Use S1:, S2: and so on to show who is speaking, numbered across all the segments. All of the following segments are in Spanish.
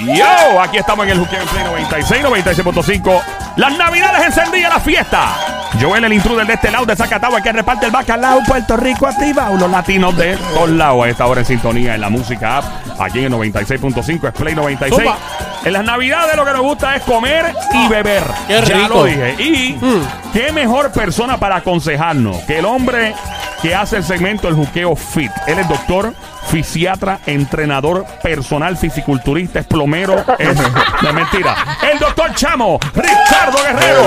S1: Yo, aquí estamos en el Juqueo en Play 96, 96.5. Las navidades encendidas, la fiesta. Joel, el intruder de este lado de Zacatagua, que reparte el bacalao, Puerto Rico activa. Los latinos de todos lados a esta hora en sintonía en la música app. Aquí en el 96.5 es Play 96.
S2: Zumba. Ah,
S1: En las navidades lo que nos gusta es comer y beber.
S2: Qué
S1: Ya
S2: rico. Mm.
S1: lo dije. Y qué mejor persona para aconsejarnos que el hombre que hace el segmento El Juqueo Fit. Él es doctor, fisiatra, entrenador personal, fisiculturista, es plomero. Es, no es mentira. El doctor Chamo, Ricardo Guerrero.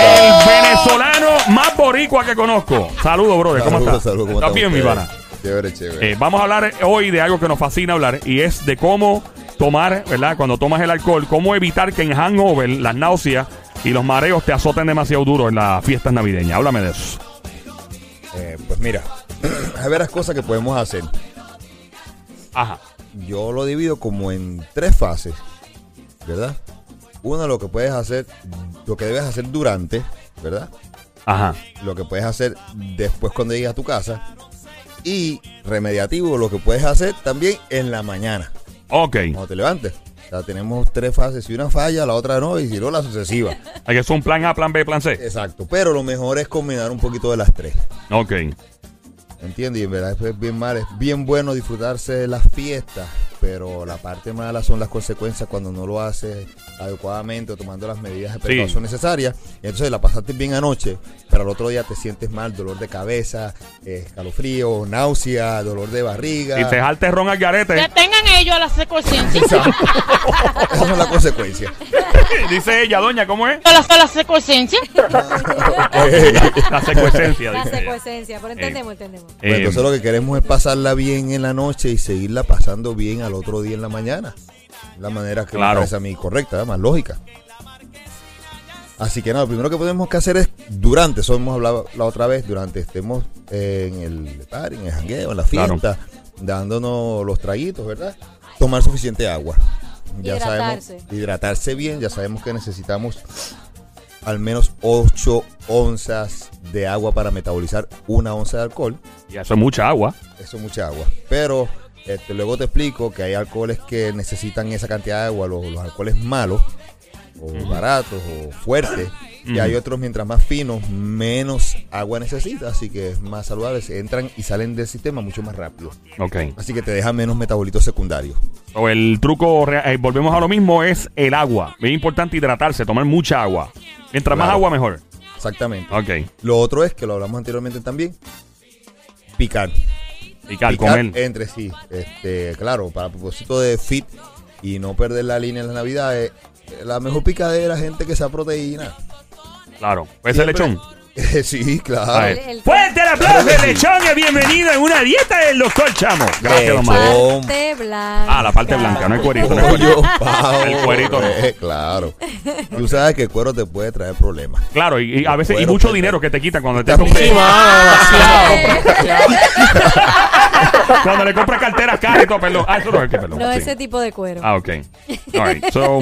S1: el venezolano más boricua que conozco. Saludos, brother. ¿Cómo
S3: Saludos,
S1: estás?
S3: saludos, ¿cómo
S1: ¿Estás
S3: están
S1: bien, mi
S3: ustedes?
S1: pana?
S3: Chévere, chévere.
S1: Eh, vamos a hablar hoy de algo que nos fascina hablar y es de cómo tomar, ¿verdad? Cuando tomas el alcohol, cómo evitar que en hangover las náuseas y los mareos te azoten demasiado duro en las fiestas navideñas. Háblame de eso.
S3: Eh, pues mira, hay varias cosas que podemos hacer.
S1: Ajá.
S3: Yo lo divido como en tres fases, ¿verdad? Uno, lo que puedes hacer, lo que debes hacer durante, ¿verdad?
S1: Ajá.
S3: Lo que puedes hacer después cuando llegues a tu casa. Y remediativo, lo que puedes hacer también en la mañana,
S1: Ok.
S3: cuando te levantes. O sea, tenemos tres fases. Si una falla, la otra no, y si no, la sucesiva.
S1: Hay que hacer un plan A, plan B, plan C.
S3: Exacto. Pero lo mejor es combinar un poquito de las tres.
S1: Ok.
S3: ¿Entiendes? Y en verdad es bien mal, es bien bueno disfrutarse de las fiestas, pero la parte mala son las consecuencias cuando no lo haces adecuadamente o tomando las medidas de precaución necesarias. Entonces la pasaste bien anoche, pero al otro día te sientes mal, dolor de cabeza, eh, escalofrío, náusea, dolor de barriga.
S1: Si te jalte ron al garete,
S4: Detengan a ellos a la secuencia.
S3: Exacto. Esas son las consecuencias.
S1: dice ella, doña, ¿cómo es?
S4: A la, a la secuencia.
S1: La secuencia,
S5: La
S1: dice ella.
S5: secuencia, pero entendemos, entendemos.
S3: Pues
S1: Eh,
S3: entonces lo que queremos es pasarla bien en la noche y seguirla pasando bien al otro día en la mañana. La manera que me
S1: Claro.
S3: parece a mí correcta, ¿eh? más lógica. Así que nada, lo primero que tenemos que hacer es durante, eso hemos hablado la otra vez, durante estemos eh, en el party, en el jangueo, en la
S1: Claro.
S3: fiesta, dándonos los traguitos, ¿verdad? Tomar suficiente agua.
S5: Hidratarse.
S3: sabemos, hidratarse bien, ya sabemos que necesitamos al menos 8 onzas de agua para metabolizar una onza de alcohol.
S1: y eso es mucha agua.
S3: Eso es mucha agua. Pero este, luego te explico que hay alcoholes que necesitan esa cantidad de agua, los, los alcoholes malos, o baratos, o fuertes. Y hay otros, mientras más finos, menos agua necesita. Así que es más saludable. Se entran y salen del sistema mucho más rápido.
S1: Ok.
S3: Así que te deja menos metabolitos secundarios.
S1: O el truco, rea- eh, volvemos a lo mismo, es el agua. Es importante hidratarse, tomar mucha agua. Mientras más
S3: Claro.
S1: agua, mejor.
S3: Exactamente.
S1: Ok.
S3: Lo otro es, que lo hablamos anteriormente también, picar.
S1: Y cal,
S3: picar
S1: comer.
S3: entre sí. Este, claro, para propósito de fit y no perder la línea en las navidades, la mejor picadera es gente que sea proteína.
S1: Claro. Ese
S3: Siempre-
S1: lechón.
S3: sí,
S1: A
S3: claro.
S1: ver.
S5: el-
S1: Fuerte el aplauso
S3: Claro
S1: de
S3: que sí.
S1: lechón y bienvenido en una dieta del doctor Chamo. Gracias, don Mario.
S3: Lechón.
S5: Parte blanca.
S1: Ah, la parte blanca, no hay cuerito, no hay cuerito.
S3: Pollo, pavo,
S1: El cuerito no.
S3: eh, claro. Tú sabes que el cuero te puede traer problemas.
S1: Claro, y, y a veces, y
S3: Bueno,
S1: mucho
S3: pues,
S1: dinero que te quitan cuando te
S3: Está
S1: compras-
S3: Sí,
S1: cuando le compras carteras caras y todo, perdón. Ah, eso no es que perdón.
S5: No
S1: sí.
S5: ese tipo de cuero.
S1: Ah, ok. All right. So,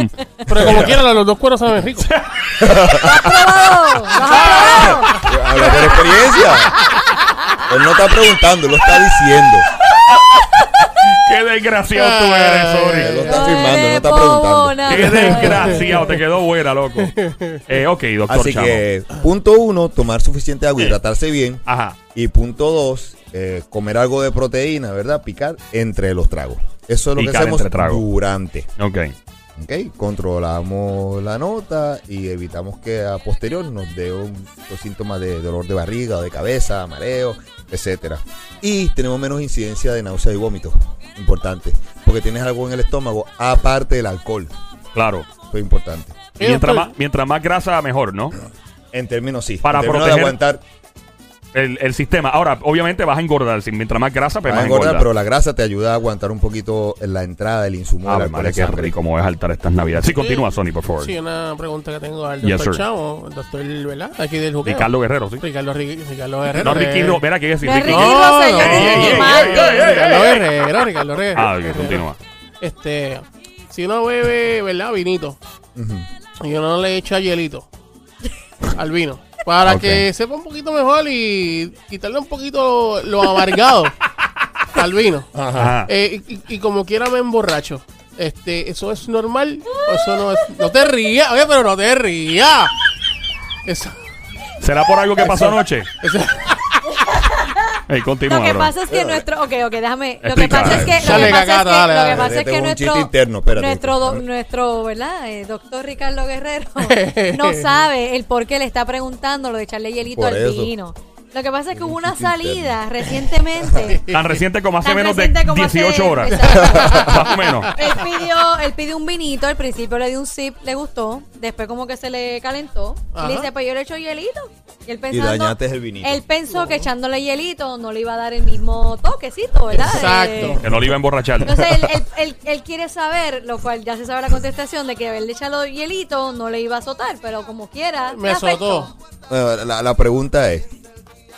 S2: Pero como quiera, los dos cueros saben ricos.
S5: ¡Aprobado! ¡Lo has aprobado!
S3: Habla por experiencia. Él no está preguntando, él lo está diciendo.
S1: qué desgraciado tú
S3: Él lo
S1: eres, sorry.
S3: está
S5: No
S3: afirmando, no
S5: eres
S3: está
S5: bobona.
S3: preguntando.
S1: Qué desgraciado, te quedó buena, loco. Eh, ok, doctor
S3: Así
S1: Chamo.
S3: que, punto uno, tomar suficiente agua, hidratarse bien.
S1: Ajá.
S3: Y punto dos, eh, comer algo de proteína, ¿verdad? Picar entre los tragos. Eso es lo que
S1: Picar
S3: hacemos
S1: entre tragos.
S3: durante.
S1: Ok.
S3: ¿ok? Controlamos la nota y evitamos que a posterior nos dé un- los síntomas de dolor de barriga o de cabeza, mareo, etcétera. Y tenemos menos incidencia de náuseas y vómitos. Importante. Porque tienes algo en el estómago, aparte del alcohol.
S1: Claro.
S3: Esto es importante.
S1: Y Mientras más, mientras más grasa, mejor, ¿no?
S3: En términos, sí.
S1: Para
S3: en términos
S1: proteger- pues,
S3: de aguantar
S1: el, el sistema. Ahora, obviamente vas a engordar. Si- Mientras más grasa, pues
S3: Vas a
S1: más
S3: engordar,
S1: engordar.
S3: pero la grasa te ayuda a aguantar un poquito la entrada del insumo
S1: Ah,
S3: del alcohol
S1: madre,
S3: en
S1: qué
S3: sangre.
S1: rico como es altar estas navidades. Sí, continúa, Sony, por favor.
S2: Sí, una pregunta que tengo al
S1: Yes,
S2: doctor
S1: sir.
S2: Chavo, el doctor, ¿verdad? Aquí del juqueo.
S1: Ricardo Guerrero, sí.
S2: Ricardo, Ri- Ricardo Herrera. Eh,
S1: No, Ricky
S2: que-
S1: Ro- Mira, que iba a decir
S5: No es
S1: Ricky
S5: Ricky
S1: Ro-
S5: Rosa, yo
S2: no,
S5: te
S2: no,
S5: dije
S2: no,
S5: que
S2: no,
S5: mal.
S2: Ricardo Herrera, Ricardo Herrera.
S1: ¡Eh! Ah, ok, continúa.
S2: Este, si uno bebe, ¿verdad? Vinito. Y uno le echa hielito al vino. Para
S3: Ok.
S2: que sepa un poquito mejor y quitarle un poquito lo amargado al vino.
S1: Ajá.
S2: Eh, y, y- y como quiera me emborracho. Este, ¿eso es normal? ¿O eso no es...? No te rías, oye, pero no te rías. Eso...
S1: ¿Será por algo que pasó anoche?
S2: eso
S1: Ey, continúa,
S5: Lo que
S1: bro.
S5: pasa es que nuestro. Ok, ok, déjame. Lo que
S1: Explica.
S5: pasa es que. Lo
S2: Dale,
S5: que pasa es
S2: cagada,
S5: que,
S2: dale,
S5: lo que
S2: dale.
S5: pasa es
S3: Tengo
S5: que
S3: un
S5: nuestro.
S3: chiste interno, espérate.
S5: Nuestro, do- nuestro, ¿verdad? Eh, doctor Ricardo Guerrero no sabe el por qué le está preguntando lo de echarle hielito
S3: Por
S5: al
S3: eso.
S5: vino. Lo que pasa es que hubo una
S3: chiste
S5: salida recientemente.
S1: Tan reciente como hace
S5: tan
S1: menos de
S5: reciente como hace-
S1: 18 horas.
S5: Exacto.
S1: Más o menos.
S5: Él pidió, él pidió un vinito, al principio le dio un sip, le gustó, después como que se le calentó. Y
S2: Ajá.
S5: le dice, pues yo le echo hielito. Y él pensando,
S3: dañaste el vinito.
S5: Él pensó que echándole hielito no le iba a dar el mismo toquecito, ¿verdad?
S2: Exacto.
S5: Eh,
S1: Que no le iba a emborrachar.
S5: entonces él, él- él- él quiere saber, lo cual ya se sabe la contestación, de que haberle echado hielito no le iba a azotar, pero como quiera.
S2: Me
S5: le afectó.
S2: azotó.
S3: Bueno, la, la pregunta es,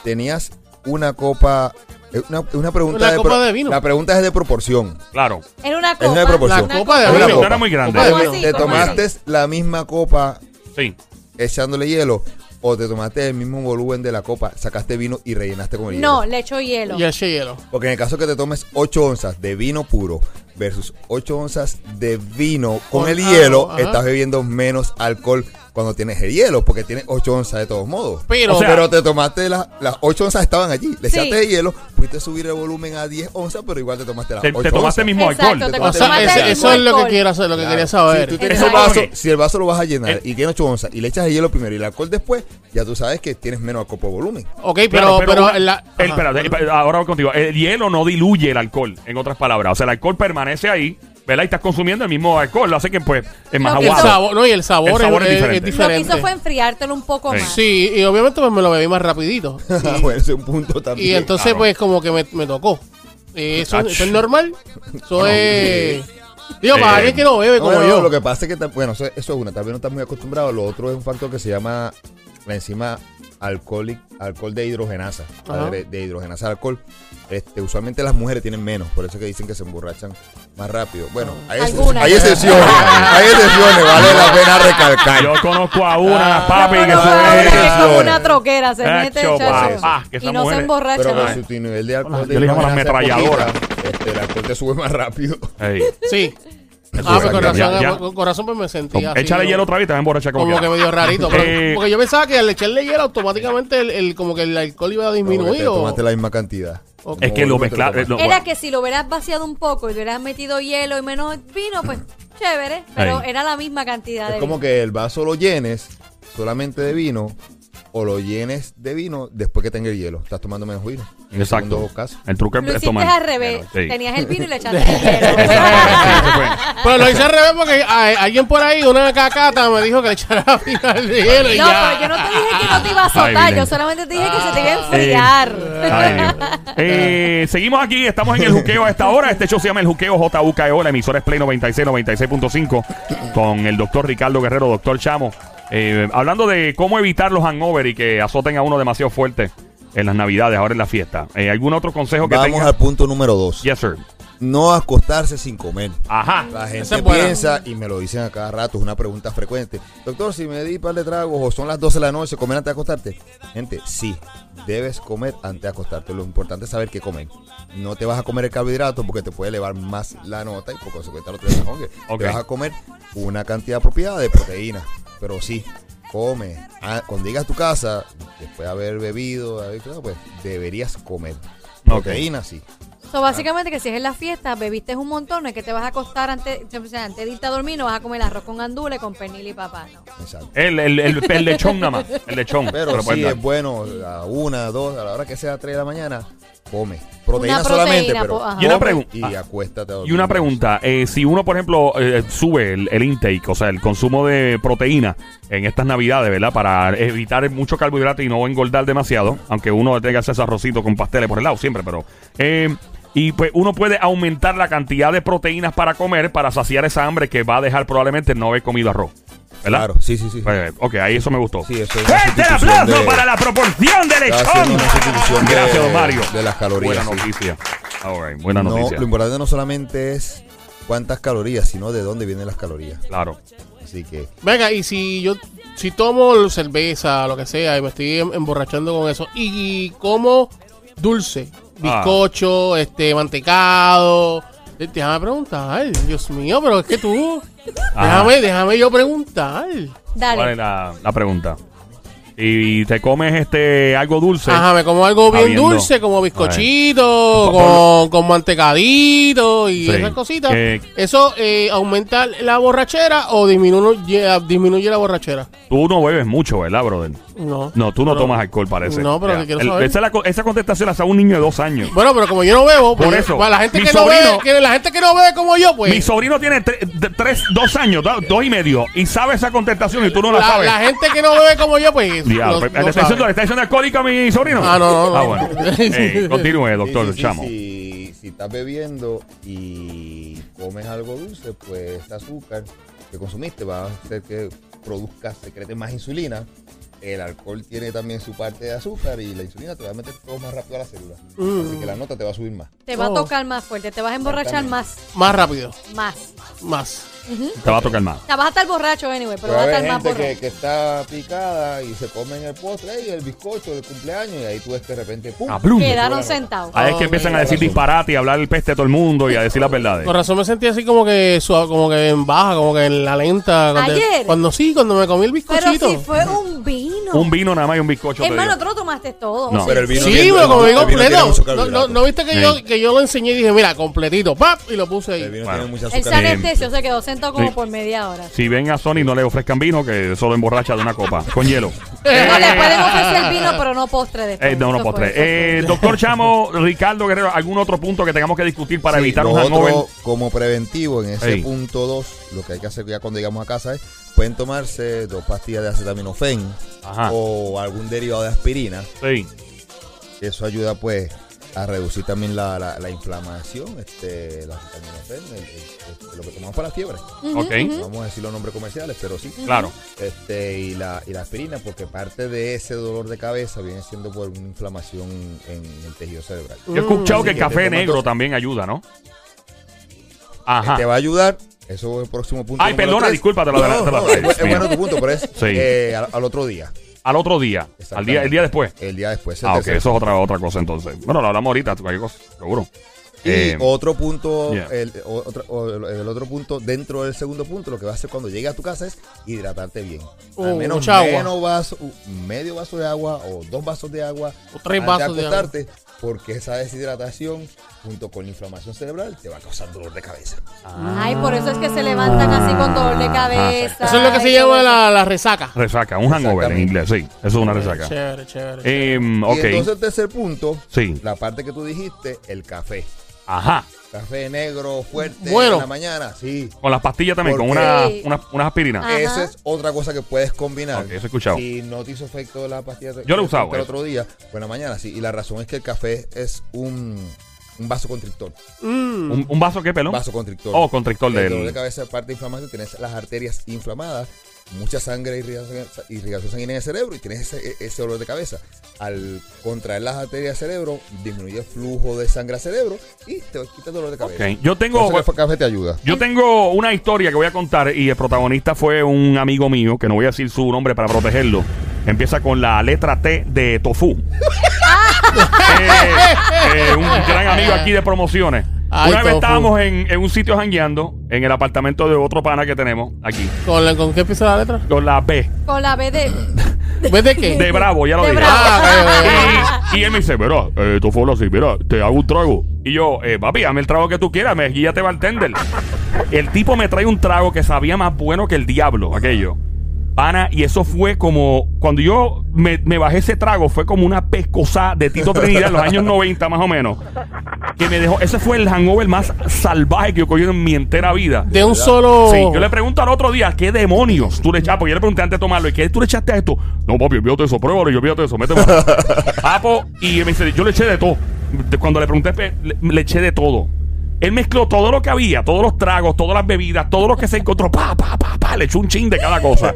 S3: ¿tenías una copa... eh, Una, una pregunta
S2: Una copa de vino.
S3: La pregunta es de proporción.
S1: Claro.
S5: Era una copa.
S3: Es una proporción.
S2: La copa de
S3: Es una
S2: vino.
S3: copa.
S1: Era muy grande.
S2: Copa de
S5: ¿Cómo
S2: vino.
S5: así?
S3: ¿Te
S5: ¿Cómo
S3: tomaste la misma copa
S1: Sí.
S3: echándole hielo o te tomaste el mismo volumen de la copa, sacaste vino y rellenaste con el hielo?
S5: No, le echó hielo.
S2: Y el hielo.
S3: Porque en el caso que te tomes 8 onzas de vino puro versus 8 onzas de vino con
S2: Con
S3: el
S2: agua,
S3: hielo,
S2: ajá.
S3: estás bebiendo menos alcohol cuando tienes el hielo, porque tienes 8 onzas de todos modos.
S2: Pero-
S3: O sea, pero te tomaste las, las 8 onzas, estaban allí, le
S5: Sí.
S3: echaste de hielo, pudiste subir el volumen a 10 onzas, pero igual te tomaste las
S1: Te,
S3: 8
S1: te tomaste el
S3: onzas.
S1: mismo
S5: Exacto,
S1: alcohol.
S5: te
S2: O sea,
S5: tomaste
S2: ese-
S5: el
S2: eso es lo que
S5: alcohol.
S2: quiero hacer, lo que
S3: Claro.
S2: quería saber.
S3: Si, tú tienes
S5: Eso
S3: el vaso,
S1: vale.
S3: si el vaso lo vas a llenar
S1: El-
S3: y tienes 8 onzas y le echas el hielo primero y el alcohol después, ya tú sabes que tienes menos alcohol por volumen.
S2: ok,
S1: Claro,
S2: pero, pero,
S1: una-
S2: la-
S1: el-
S2: ajá.
S1: espérate, espérate, ahora voy contigo. El hielo no diluye el alcohol, en otras palabras. O sea, el alcohol permanece ahí, ¿verdad? Y estás consumiendo el mismo alcohol. Así que, pues, es más
S5: Lo
S2: el
S5: wow.
S1: aguado.
S2: sabor, no, y el sabor,
S1: El sabor es
S2: es, es- es
S1: diferente.
S5: Lo que
S2: diferente.
S5: hizo fue enfriártelo un poco
S1: Sí.
S5: más.
S2: Sí, y obviamente pues me lo bebí más rapidito.
S3: Ah, bueno, ese es un punto también.
S2: Y entonces
S1: claro.
S2: pues como que me, me tocó. Eh, Eso,
S1: Ach.
S2: eso es normal. Eso es... Digo,
S1: Eh,
S2: para alguien que no bebe
S3: No,
S2: como
S3: no,
S2: yo.
S3: no, Lo que pasa es que, ta- bueno, eso, eso es una, tal vez no estás muy acostumbrado. Lo otro es un factor que se llama la enzima alcoholic, alcohol de hidrogenasa,
S2: Ajá.
S3: de, de hidrogenasa al alcohol. Este, usualmente las mujeres tienen menos, por eso es que dicen que se emborrachan más rápido. Bueno, hay, ex-
S5: Algunas.
S3: hay excepciones, hay excepciones, vale la pena recalcar.
S1: Ah, Yo conozco a
S2: Ah,
S1: una, papi, Ah, pues, que
S5: No,
S3: eso
S5: ahora
S3: es-
S5: que es
S3: eso
S5: como
S3: es.
S5: una troquera, se mete
S1: Hacho,
S5: chacho,
S1: papá, que
S5: y
S1: esas
S5: no se
S1: mujeres.
S5: emborracha.
S3: Pero
S5: ¿no?
S3: que si tu nivel de alcohol
S1: Hola,
S3: de
S1: yo le llamo las
S3: hidrogenasa es
S1: ametralladoras.
S3: poquita, este, el alcohol te sube más rápido.
S1: se- Ey.
S2: Sí.
S3: Eso es
S2: Ah, pues con
S3: verdad.
S2: razón,
S1: Ya, ya.
S2: con razón pues me sentía así,
S1: Échale
S2: ¿no?
S1: hielo otra vez y te vas a emborrachar como,
S2: Como que
S1: quiera.
S2: medio rarito. pero-
S1: Eh,
S2: porque yo pensaba que al echarle hielo automáticamente el, el- como que el alcohol iba a
S3: No, porque
S2: disminuir.
S3: te
S2: o-
S3: tomaste la misma cantidad.
S2: Ok.
S1: Es que lo
S3: Como te
S1: mezcla-
S3: tomaste.
S1: eh, no,
S5: Era
S1: bueno.
S5: que si lo hubieras vaciado un poco y le hubieras metido hielo y menos vino, pues chévere. Pero
S1: Ahí.
S5: era la misma cantidad de
S3: Es como
S5: vino.
S3: que el vaso lo llenes solamente de vino o lo llenes de vino después que tenga el hielo. Estás tomando menos vino. En el
S1: Exacto.
S3: segundo caso.
S1: El truco
S5: Lo
S1: es
S5: hiciste
S1: tomar.
S5: al revés.
S1: Sí.
S5: Tenías el vino y le echaste el
S1: Eso
S5: hielo.
S1: fue.
S2: Pero lo hice al revés porque a- alguien por ahí, una cacata, me dijo que le echara final de hielo y
S5: No,
S2: ya.
S5: pero yo no te dije que no te iba a
S1: Ay,
S5: azotar,
S1: Belén.
S5: yo solamente te dije que se te iba a
S1: Eh, ay,
S5: enfriar.
S1: Dios. Eh, seguimos aquí, estamos en el juqueo a esta hora. Este show se llama El Juqueo JUKEO, E la emisora es Play 96, 96.5, con el doctor Ricardo Guerrero, doctor Chamo. Eh, hablando de cómo evitar los hangover y que azoten a uno demasiado fuerte en las navidades, ahora en la fiesta. Eh, ¿Algún otro consejo que
S3: Vamos
S1: tenga?
S3: al punto número dos.
S1: Yes, sir.
S3: No acostarse sin comer.
S1: Ajá.
S3: La
S2: Esa
S3: gente
S2: es buena.
S3: piensa, y me lo dicen a cada rato, es una pregunta frecuente. Doctor, si me di un par de tragos o son las 12 de la noche, ¿comer antes de acostarte? Gente, sí, debes comer antes de acostarte. Lo importante es saber qué comer. No te vas a comer el carbohidrato porque te puede elevar más la nota y por consecuencia lo tienes hambre.
S1: Ok.
S3: Te vas a comer una cantidad apropiada de proteína. Pero sí, come. Ah, cuando llegas a tu casa, después de haber bebido, haber- pues deberías comer.
S1: Ok.
S3: Proteína, sí.
S5: So, básicamente que si es en la fiesta, bebiste un montón, no es que te vas a acostar antes, o sea, antes de irte a dormir, no vas a comer arroz con andule, con pernil y papá. ¿no?
S3: Exacto.
S1: El, el, el- el lechón nada más. El lechón.
S3: Pero
S1: Pero
S3: sí
S1: pues,
S3: es bueno a una, dos, a la hora que sea, tres de la mañana, come. Proteína,
S5: Una
S3: solamente,
S5: proteína,
S3: pero
S5: po- ajá.
S1: Y una
S3: come
S1: pregun-
S3: y
S1: ah.
S3: acuéstate a
S1: Y
S3: dormir.
S1: una pregunta, eh, si uno, por ejemplo, eh, sube el, el intake, o sea, el consumo de proteína en estas navidades, ¿verdad? Para evitar mucho carbohidrato y no engordar demasiado, aunque uno tenga que hacer ese arrocito con pasteles por el lado siempre, pero... eh, y pues uno puede aumentar la cantidad de proteínas para comer para saciar esa hambre que va a dejar probablemente no haber comido arroz, ¿verdad?
S3: Claro, sí, sí, sí.
S1: Eh, ok, ahí eso me gustó.
S3: Sí, eso es una
S1: ¡Fuerte el
S3: sustitución
S1: aplauso
S3: de-
S1: para la proporción de
S3: Está haciendo
S1: lechón!
S3: una sustitución de-
S1: Gracias, don Mario.
S3: de las calorías,
S1: Buena
S3: sí.
S1: noticia. All right, buena
S3: No,
S1: noticia.
S3: lo importante no solamente es cuántas calorías, sino de dónde vienen las calorías.
S1: Claro.
S3: Así que
S2: Venga, y si yo si tomo cerveza, lo que sea, y me estoy em- emborrachando con eso, y, como dulce,
S1: Ah.
S2: bizcocho, este, mantecado, eh, déjame preguntar, Dios mío, pero es que tú,
S1: Ajá.
S2: déjame, déjame yo preguntar.
S1: ¿Cuál es
S5: Dale.
S1: la, la pregunta? Y te comes este algo dulce.
S2: Ajá, me como algo
S1: Está
S2: bien
S1: viendo.
S2: dulce, como bizcochito,
S1: Por favor.
S2: con, con mantecadito y
S1: Sí.
S2: esas cositas.
S1: Eh,
S2: ¿Eso eh, aumenta la borrachera o disminuye, disminuye la borrachera?
S1: Tú no bebes mucho, ¿verdad, brother?
S2: No.
S1: No, tú no
S2: Pero-
S1: tomas alcohol, parece.
S2: No, pero
S1: Ya.
S2: que quiero
S1: El-
S2: saber.
S1: Esa, es la co- esa contestación la hace un niño de dos años.
S2: Bueno, pero como yo no bebo,
S1: Por
S2: pues,
S1: eso,
S2: para la gente
S1: mi
S2: que no
S1: sobrino-
S2: bebe, que la gente que no bebe como yo, pues.
S1: Mi sobrino tiene tre- de- tres, dos años, do- dos y medio, y sabe esa contestación y tú no la,
S2: la,
S1: sabes.
S2: la gente que no bebe como yo, pues.
S1: Diablo,
S2: no-
S1: ¿le,
S2: no
S1: está
S2: sabe.
S1: diciendo, ¿Le está diciendo alcohólico a mi sobrino?
S2: Ah, no, no, no.
S1: Ah, bueno. Eh, continúe, doctor
S3: Sí, sí, sí,
S1: Chamo.
S3: Si, si estás bebiendo y comes algo dulce, pues este azúcar que consumiste va a hacer que produzcas, secretes más insulina. El alcohol tiene también su parte de azúcar y la insulina te va a meter todo más rápido a la célula. Así que la nota te va a subir más.
S5: Te va a
S2: Oh.
S5: tocar más fuerte, te vas a emborrachar más,
S2: Más rápido,
S5: más.
S2: más.
S1: Te va a tocar más.
S5: O sea, vas a estar borracho anyway,
S1: Pues
S5: pero
S3: va a
S5: vas a
S3: haber
S5: estar más
S3: gente que,
S5: borracho.
S3: que está picada y se come en el postre y el bizcocho del cumpleaños y ahí tú ves que de repente ¡pum!
S1: Ah, Bruno.
S5: Quedaron sentados.
S1: Ahí es que
S2: Oh,
S1: empiezan a
S3: mira,
S1: decir
S3: razón.
S1: disparate y a hablar el peste a todo el mundo y a decir las verdades.
S2: Por razón me sentí así como que suave, como que en baja, como que en la lenta. Cuando,
S5: Ayer.
S2: cuando sí, cuando me comí el
S5: Pero
S2: bizcochito.
S5: si fue un vino.
S1: Un vino nada más y un bizcocho. te
S5: Hermano,
S1: digo.
S5: tú lo tomaste todo.
S1: No.
S5: O sea,
S3: Pero el vino
S2: sí,
S3: tiene-
S2: pero como
S3: el
S2: digo
S3: vino tiene
S2: completo.
S3: mucho
S2: No, no,
S3: carbohidrato.
S2: ¿no viste que,
S1: Sí.
S2: yo, que yo lo enseñé y dije, mira, completito, pap, y lo puse
S3: El
S2: ahí.
S3: vino
S1: Bueno.
S3: tiene mucha
S5: Él se
S3: azúcar.
S5: anestesió, se quedó sentado como
S1: Sí.
S5: por media hora.
S1: Si ven a Sony, no le ofrezcan vino, que solo emborracha de una copa, con hielo.
S5: No, le pueden ofrecer vino, pero no postre después.
S1: Eh, no, no,
S5: Eso
S1: postre.
S5: fue.
S1: Eh, doctor Chamo, Ricardo Guerrero, ¿algún otro punto que tengamos que discutir para
S3: Sí,
S1: evitar un
S3: lo
S1: hangover?
S3: otro, como preventivo, en ese
S1: Ey.
S3: punto 2, lo que hay que hacer ya cuando llegamos a casa es, pueden tomarse dos pastillas de acetaminofén
S1: Ajá.
S3: o algún derivado de aspirina.
S1: Sí.
S3: Eso ayuda pues a reducir también la, la- la inflamación, este, la acetaminofén, el- el- el- lo que tomamos para la fiebre.
S1: Ok,
S3: No vamos a decir los nombres comerciales, pero sí.
S1: claro.
S3: Este, y, la, y la aspirina, porque parte de ese dolor de cabeza viene siendo por una inflamación en el tejido cerebral.
S1: Yo he escuchado que el
S3: Así que Este
S1: café
S3: te tomas
S1: negro
S3: dos.
S1: también ayuda, ¿no? Ajá.
S3: Te va a ayudar. Eso es el próximo punto.
S1: Ah. Ay,
S3: número
S1: perdona,
S3: tres.
S1: disculpa, te lo adelanté, te lo
S3: es, bu- es
S1: adelanté.
S3: bueno tu punto, pero es
S1: Sí.
S3: eh, al, al otro día.
S1: Al otro día, al día, el día después.
S3: El día después. el
S1: Ah, ok,
S3: tercero.
S1: eso es otra, otra cosa entonces. Bueno, lo hablamos ahorita, cualquier cosa, seguro.
S3: Y
S1: Eh,
S3: otro punto,
S1: yeah.
S3: el, o- otro, o el- el otro punto, dentro del segundo punto, lo que va a hacer cuando llegue a tu casa es hidratarte bien.
S2: Oh,
S3: al menos,
S2: mucha agua.
S3: menos vaso, u- medio vaso de agua o dos vasos de agua.
S2: O tres
S3: antes
S2: vasos de agua.
S3: acostarte, Porque esa deshidratación, junto con la inflamación cerebral, te va a causar dolor de cabeza.
S5: Ay, por eso es que se levantan así con dolor
S1: Ah,
S5: de cabeza.
S2: Eso es lo que se
S5: y
S2: llama
S5: todo eso.
S2: la, la resaca.
S1: resaca, un hangover en
S3: Exactamente.
S1: inglés, sí. Eso es una resaca.
S2: Chévere, chévere.
S1: Em,
S3: Y entonces
S1: ok,
S3: el tercer punto,
S1: sí.
S3: la parte que tú dijiste, el café.
S1: Ajá.
S3: Café negro fuerte
S2: Bueno.
S3: en la mañana, sí.
S1: Con las pastillas también, con
S3: Porque-
S1: una, una, unas aspirinas.
S5: Ajá.
S3: Esa es otra cosa que puedes combinar.
S1: Ok, eso he escuchado.
S3: Si no te hizo efecto la pastilla.
S1: Yo lo he usado,
S3: El
S1: eso.
S3: otro día, bueno, mañana sí. Y la razón es que el café es un, un vaso constrictor.
S1: Un, un vaso, ¿qué pelón?
S3: Vaso constrictor.
S1: Oh, constrictor
S3: El
S1: del-
S3: dolor de cabeza, parte de inflamación, tienes las arterias inflamadas, mucha sangre, irrigación, irrigación sanguínea en el cerebro y tienes ese, e, ese dolor de cabeza. Al contraer las arterias del cerebro, disminuye el flujo de sangre al cerebro y te quita el dolor de cabeza.
S1: Ok, yo tengo- eh,
S3: Por eso que el café te ayuda.
S1: Yo tengo una historia que voy a contar y el protagonista fue un amigo mío, que no voy a decir su nombre para protegerlo. Empieza con la letra T de Tofu. Eh, eh, un gran amigo aquí de promociones.
S2: Ay,
S1: una vez
S2: Tofu.
S1: estábamos en, en un sitio jangueando, en el apartamento de otro pana que tenemos aquí,
S2: ¿Con, la- ¿Con qué empieza la letra?
S1: con la B
S5: Con la B de.
S2: ¿Ves de qué?
S1: de Bravo, ya lo
S5: De
S1: dije. Ah,
S5: Bravo.
S1: Y, y él me dice, mira, eh, tú fue así, mira, te hago un trago. Y yo, eh, papi, dame el trago que tú quieras, me guíate bartender. El tipo me trae un trago que sabía más bueno que el diablo, aquello. Pana, y eso fue como. Cuando yo me, me bajé ese trago, fue como una pescosa de Tito Trinidad en los años 90, más o menos. Que me dejó. Ese fue el hangover más salvaje que yo cogí en mi entera vida.
S2: De un solo.
S1: Sí, yo le pregunto al otro día, ¿qué demonios tú le echaste? Porque yo le pregunté antes de tomarlo, ¿y qué tú le echaste a esto? No, papi, olvídate de eso, pruébalo, yo olvídate de eso, méteme. Papo, y me dice, yo le eché de todo. De- Cuando le pregunté, pe- le, le eché de todo. Él mezcló todo lo que había, todos los tragos, todas las bebidas, todo lo que se encontró, pa, pa, pa, pa, le echó un chin de cada cosa.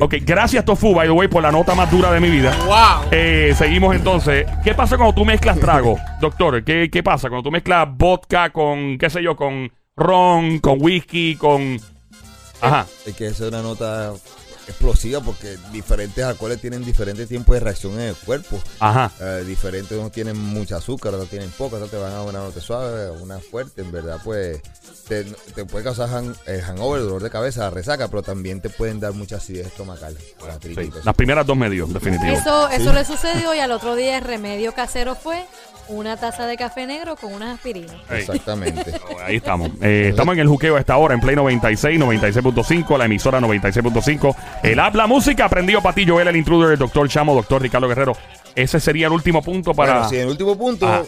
S1: ok, gracias Tofu, by the way, por la nota más dura de mi vida.
S2: ¡Wow!
S1: Eh, seguimos entonces. ¿Qué pasa cuando tú mezclas trago, doctor? ¿Qué, ¿Qué pasa cuando tú mezclas vodka con, qué sé yo, con ron, con whisky, con... Ajá.
S3: Es que esa es una nota explosiva porque diferentes alcoholes tienen diferentes tiempos de reacción en el cuerpo.
S1: Ajá.
S3: Eh, diferentes, unos tienen mucha azúcar, otros tienen poca, otros te van a una nota suave, una fuerte, en verdad, pues te, te puede causar han- eh, hangover, dolor de cabeza, resaca, pero también te pueden dar mucha acidez estomacal. gastritis,
S1: Sí,
S3: entonces,
S1: Las primeras dos me dio, definitivo.
S5: Eso,
S3: Sí.
S5: eso le sucedió y al otro día el remedio casero fue una taza de café negro con unas aspirinas.
S1: Ey.
S3: Exactamente.
S1: Ahí estamos. Eh, estamos en el juqueo a esta hora, en Play 96, 96.5, la emisora 96.5. El habla música, aprendido Patillo, él, el intruder, el doctor Chamo, doctor Ricardo Guerrero. Ese sería el último punto para. Ah.
S3: Bueno, sí, el último punto
S1: Ajá.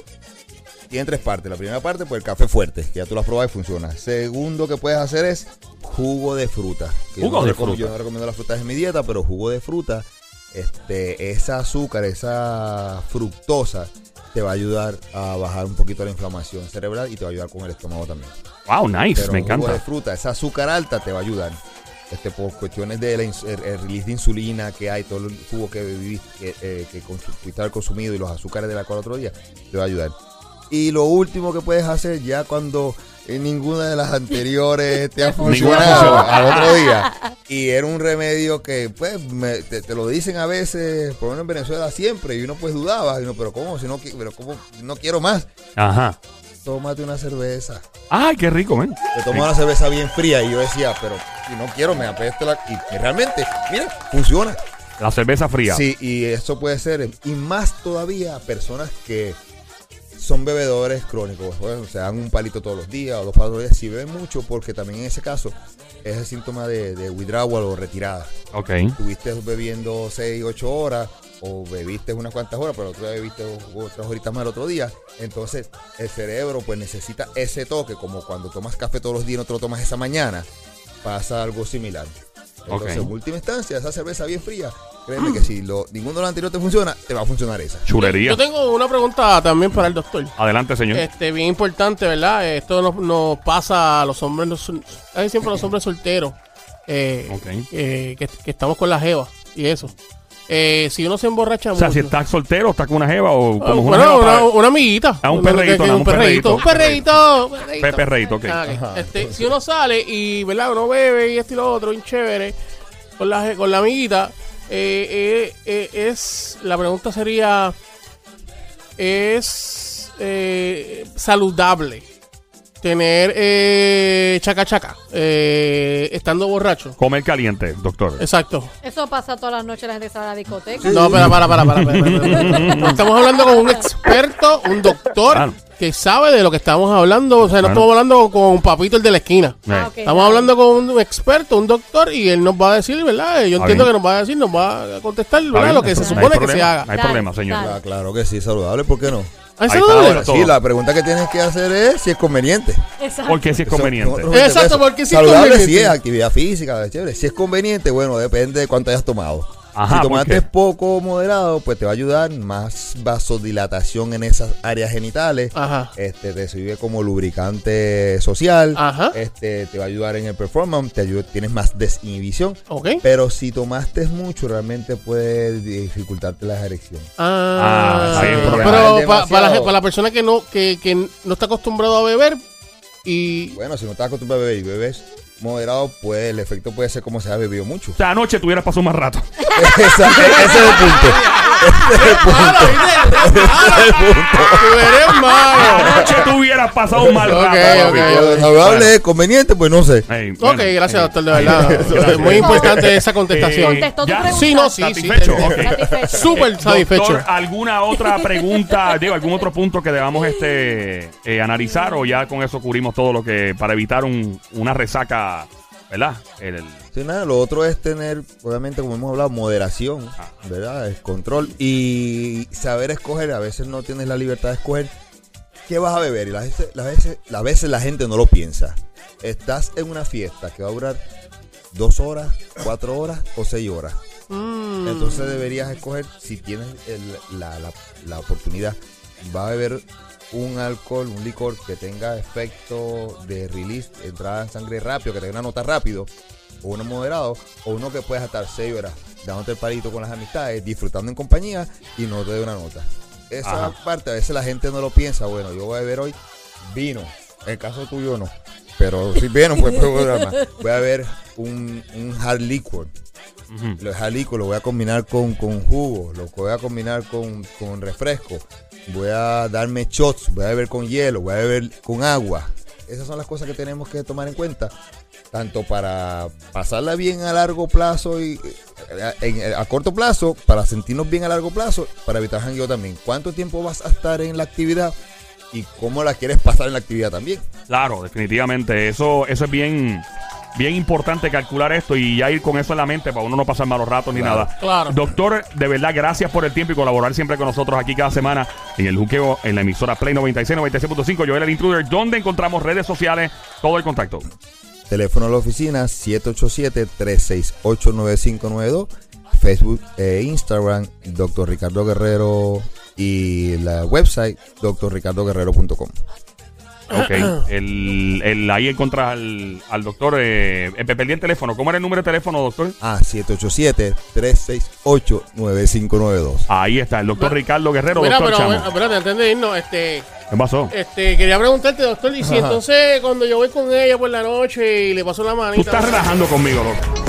S3: tiene tres partes. La primera parte, pues el café fuerte, que ya tú lo has probado y funciona. Segundo que puedes hacer es jugo de fruta. Que yo
S1: Jugo
S3: no
S1: de
S3: recomiendo-
S1: fruta.
S3: Yo no recomiendo las frutas en mi dieta, pero jugo de fruta, este, esa azúcar, esa fructosa, te va a ayudar a bajar un poquito la inflamación cerebral y te va a ayudar con el estómago también.
S1: Wow, nice,
S3: Pero eh,
S1: me
S3: un jugo de
S1: encanta.
S3: fruta, esa azúcar alta te va a ayudar. Este, por cuestiones del release de insulina que hay, todo el jugo que viviste, que, eh, que consu- pudiste haber consumido y los azúcares de la cual otro día, te va a ayudar. Y lo último que puedes hacer ya cuando eh, ninguna de las anteriores te ha
S1: Ninguna
S3: funcionado
S1: funcionó.
S3: al otro día. Y era un remedio que, pues, me- te, te lo dicen a veces, por lo menos en Venezuela siempre, y uno pues dudaba, y uno, pero ¿cómo? Si no, qui- pero ¿cómo? no quiero más,
S1: Ajá.
S3: tómate una cerveza.
S1: Ay, qué rico, ¿eh?
S3: Me tomaba una cerveza bien fría y yo decía, pero si no quiero, me apesta la. Y, y realmente, mira, funciona.
S1: La cerveza fría.
S3: Sí, y eso puede ser. Y más todavía personas que son bebedores crónicos. bueno, se dan un palito todos los días o dos palos todos los días. Si beben mucho, porque también en ese caso es el síntoma de, de withdrawal o retirada.
S1: Ok.
S3: Estuviste bebiendo 6, 8 horas o bebiste unas cuantas horas, pero el otro día bebiste o- otras horitas más el otro día. Entonces, el cerebro pues necesita ese toque, como cuando tomas café todos los días y no te lo tomas esa mañana, pasa algo similar. Entonces,
S1: Ok.
S3: en última instancia, esa cerveza bien fría, créeme que si lo, ninguno de los anteriores te funciona, te va a funcionar esa.
S1: Chulería.
S2: Yo tengo una pregunta también para el doctor.
S1: Adelante, señor.
S2: Este, bien importante, ¿verdad? Esto nos, nos pasa a los hombres, los- casi siempre a los hombres solteros, eh,
S1: Ok.
S2: eh, que, que estamos con la jeva y eso. Eh, si uno se emborracha
S1: o sea,
S2: mucho-
S1: si estás soltero, estás con una jeva o
S2: Ah,
S1: como una
S2: bueno,
S1: jeva
S2: una,
S1: para-
S2: una amiguita.
S1: Ah, un
S2: Una-
S1: perreíto,
S2: que-
S1: no,
S2: un perreíto. Un perreíto. un perreíto.
S1: Pe- perreíto, ok.
S2: Ah, Este, si uno sale y, ¿verdad? Uno bebe y esto y lo otro, bien chévere, con la, con la amiguita, eh, eh, eh, es, la pregunta sería, ¿es eh, saludable tener eh, chaca chaca eh, estando borracho?
S1: Comer caliente, doctor.
S2: Exacto.
S5: Eso pasa todas las noches la gente sale a la discoteca.
S2: No, para, para, para, para, para, para, para. Estamos hablando con un experto, un doctor
S1: Claro.
S2: que sabe de lo que estamos hablando. O sea,
S1: Claro.
S2: no estamos hablando con un papito el de la esquina.
S1: Eh.
S5: Ah, ok.
S2: Estamos hablando con un experto, un doctor, y él nos va a decir, ¿verdad?
S1: Está
S2: Yo entiendo
S1: bien.
S2: que nos va a decir, nos va a contestar,
S1: Está
S2: ¿verdad?
S1: bien,
S2: lo que
S1: no
S2: se
S1: hay
S2: supone que se
S1: problema,
S2: haga.
S1: No hay
S5: Dale,
S1: problema, señor.
S5: dale.
S3: Ah, claro que sí, saludable, ¿por qué no?
S2: ¿Ah, ¿Eso
S1: Ahí
S2: no
S1: está,
S2: duele?
S1: ahora Todo.
S3: Sí, la pregunta que tienes que hacer es si es conveniente.
S5: Exacto.
S1: Porque si es conveniente.
S3: Nosotros nos
S2: Exacto,
S3: interesa.
S2: porque si es
S3: Saludable
S2: conveniente.
S3: sí es actividad física, es chévere. Si es conveniente, bueno, depende de cuánto hayas tomado.
S1: Ajá,
S3: si
S1: ¿por
S3: tomaste
S1: qué?
S3: poco o moderado, pues te va a ayudar más vasodilatación en esas áreas genitales.
S2: Ajá.
S3: Este te sirve como lubricante social.
S2: Ajá.
S3: Este te va a ayudar en el performance, te ayuda, tienes más desinhibición.
S2: ¿Ok?
S3: Pero si tomaste mucho, realmente puede dificultarte la erección.
S1: Ah,
S2: Ah,
S1: sí, hay un problema.
S2: pero
S3: Es
S2: pa- para, la,
S3: demasiado.
S2: para la persona que no, que, que no está acostumbrado a beber y...
S3: Bueno, si no estás acostumbrado a beber y bebes moderado, pues el efecto puede ser como se ha bebido mucho.
S1: O sea, anoche tuvieras pasado más rato.
S3: Esa- ese es el punto. Ese es el
S2: ¡Malo,
S3: punto.
S2: viste!
S3: Ese es el punto.
S2: ¡Tú eres malo!
S1: anoche tuvieras pasado mal
S2: Ok,
S1: rato.
S2: ok,
S1: papi.
S2: ok.
S3: Lo saludable
S1: Bueno.
S3: es conveniente, pues no sé.
S1: Ey,
S2: Ok,
S1: bueno. eh,
S2: gracias, doctor, de
S1: Gracias. Eh,
S2: verdad. Es Muy importante esa contestación.
S5: Contestó tu
S1: ¿ya?
S5: pregunta.
S2: Sí, no, sí,
S1: Satisfecho,
S2: sí.
S1: ok.
S5: Satisfecho.
S2: Súper
S1: Eh,
S2: satisfecho.
S1: doctor, ¿Alguna otra pregunta, digo, algún otro punto que debamos este, eh, analizar o ya con eso cubrimos todo lo que para evitar un- una resaca ¿verdad? El, el-
S3: Sí, nada, lo otro es tener, obviamente, como hemos hablado, moderación,
S1: Ah.
S3: ¿verdad? El control y saber escoger. A veces no tienes la libertad de escoger qué vas a beber. Y las veces, las veces, las veces la gente no lo piensa. Estás en una fiesta que va a durar dos horas, cuatro horas o seis horas. Entonces deberías escoger, si tienes el- la, la- la oportunidad, va a beber un alcohol, un licor que tenga efecto de release, entrada en sangre rápido, que tenga una nota rápido, o uno moderado, o uno que puedes estar seis horas dándote el palito con las amistades, disfrutando en compañía y no te dé una nota. Esa
S1: Ajá.
S3: parte a veces la gente no lo piensa, bueno, yo voy a beber hoy vino, en el caso tuyo no. Pero si vieron, pues, pues, bueno, más. voy a ver un, un hard liquor.
S1: ujú.
S3: Los jalicos los voy a combinar con, con jugo, los voy a combinar con, con refresco, voy a darme shots, voy a beber con hielo, voy a beber con agua. Esas son las cosas que tenemos que tomar en cuenta, tanto para pasarla bien a largo plazo y eh, en- a corto plazo, para sentirnos bien a largo plazo, para evitar jangueo también. ¿Cuánto tiempo vas a estar en la actividad y cómo la quieres pasar en la actividad también?
S1: Claro, definitivamente. Eso, eso es bien, bien importante calcular esto y ya ir con eso en la mente para uno no pasar malos ratos ni
S3: Claro.
S1: nada.
S2: Claro.
S1: Doctor, de verdad, gracias por el tiempo y colaborar siempre con nosotros aquí cada semana en el juqueo en la emisora Play 96, 96.5. Joel el Intruder, ¿dónde encontramos redes sociales? Todo el contacto.
S3: Teléfono de la oficina 787-368-9592. Facebook e Instagram, Dr. Ricardo Guerrero. Y la website, drricardoguerrero.com.
S1: Ok. El, el- ahí encontras al, al doctor. Eh, eh, perdí el teléfono. ¿Cómo era el número de teléfono, doctor?
S3: Ah, 787-368-9592.
S1: Ahí está, el doctor
S2: Mira,
S1: Ricardo Guerrero,
S2: Mira,
S1: doctor
S2: pero
S1: Chamo.
S2: bueno, espérate, antes de irnos, este,
S1: ¿Qué pasó?
S2: este, quería preguntarte, doctor, y si
S3: Ajá.
S2: entonces cuando yo voy con ella por la noche y le paso la manita.
S1: Tú estás relajando conmigo, doctor.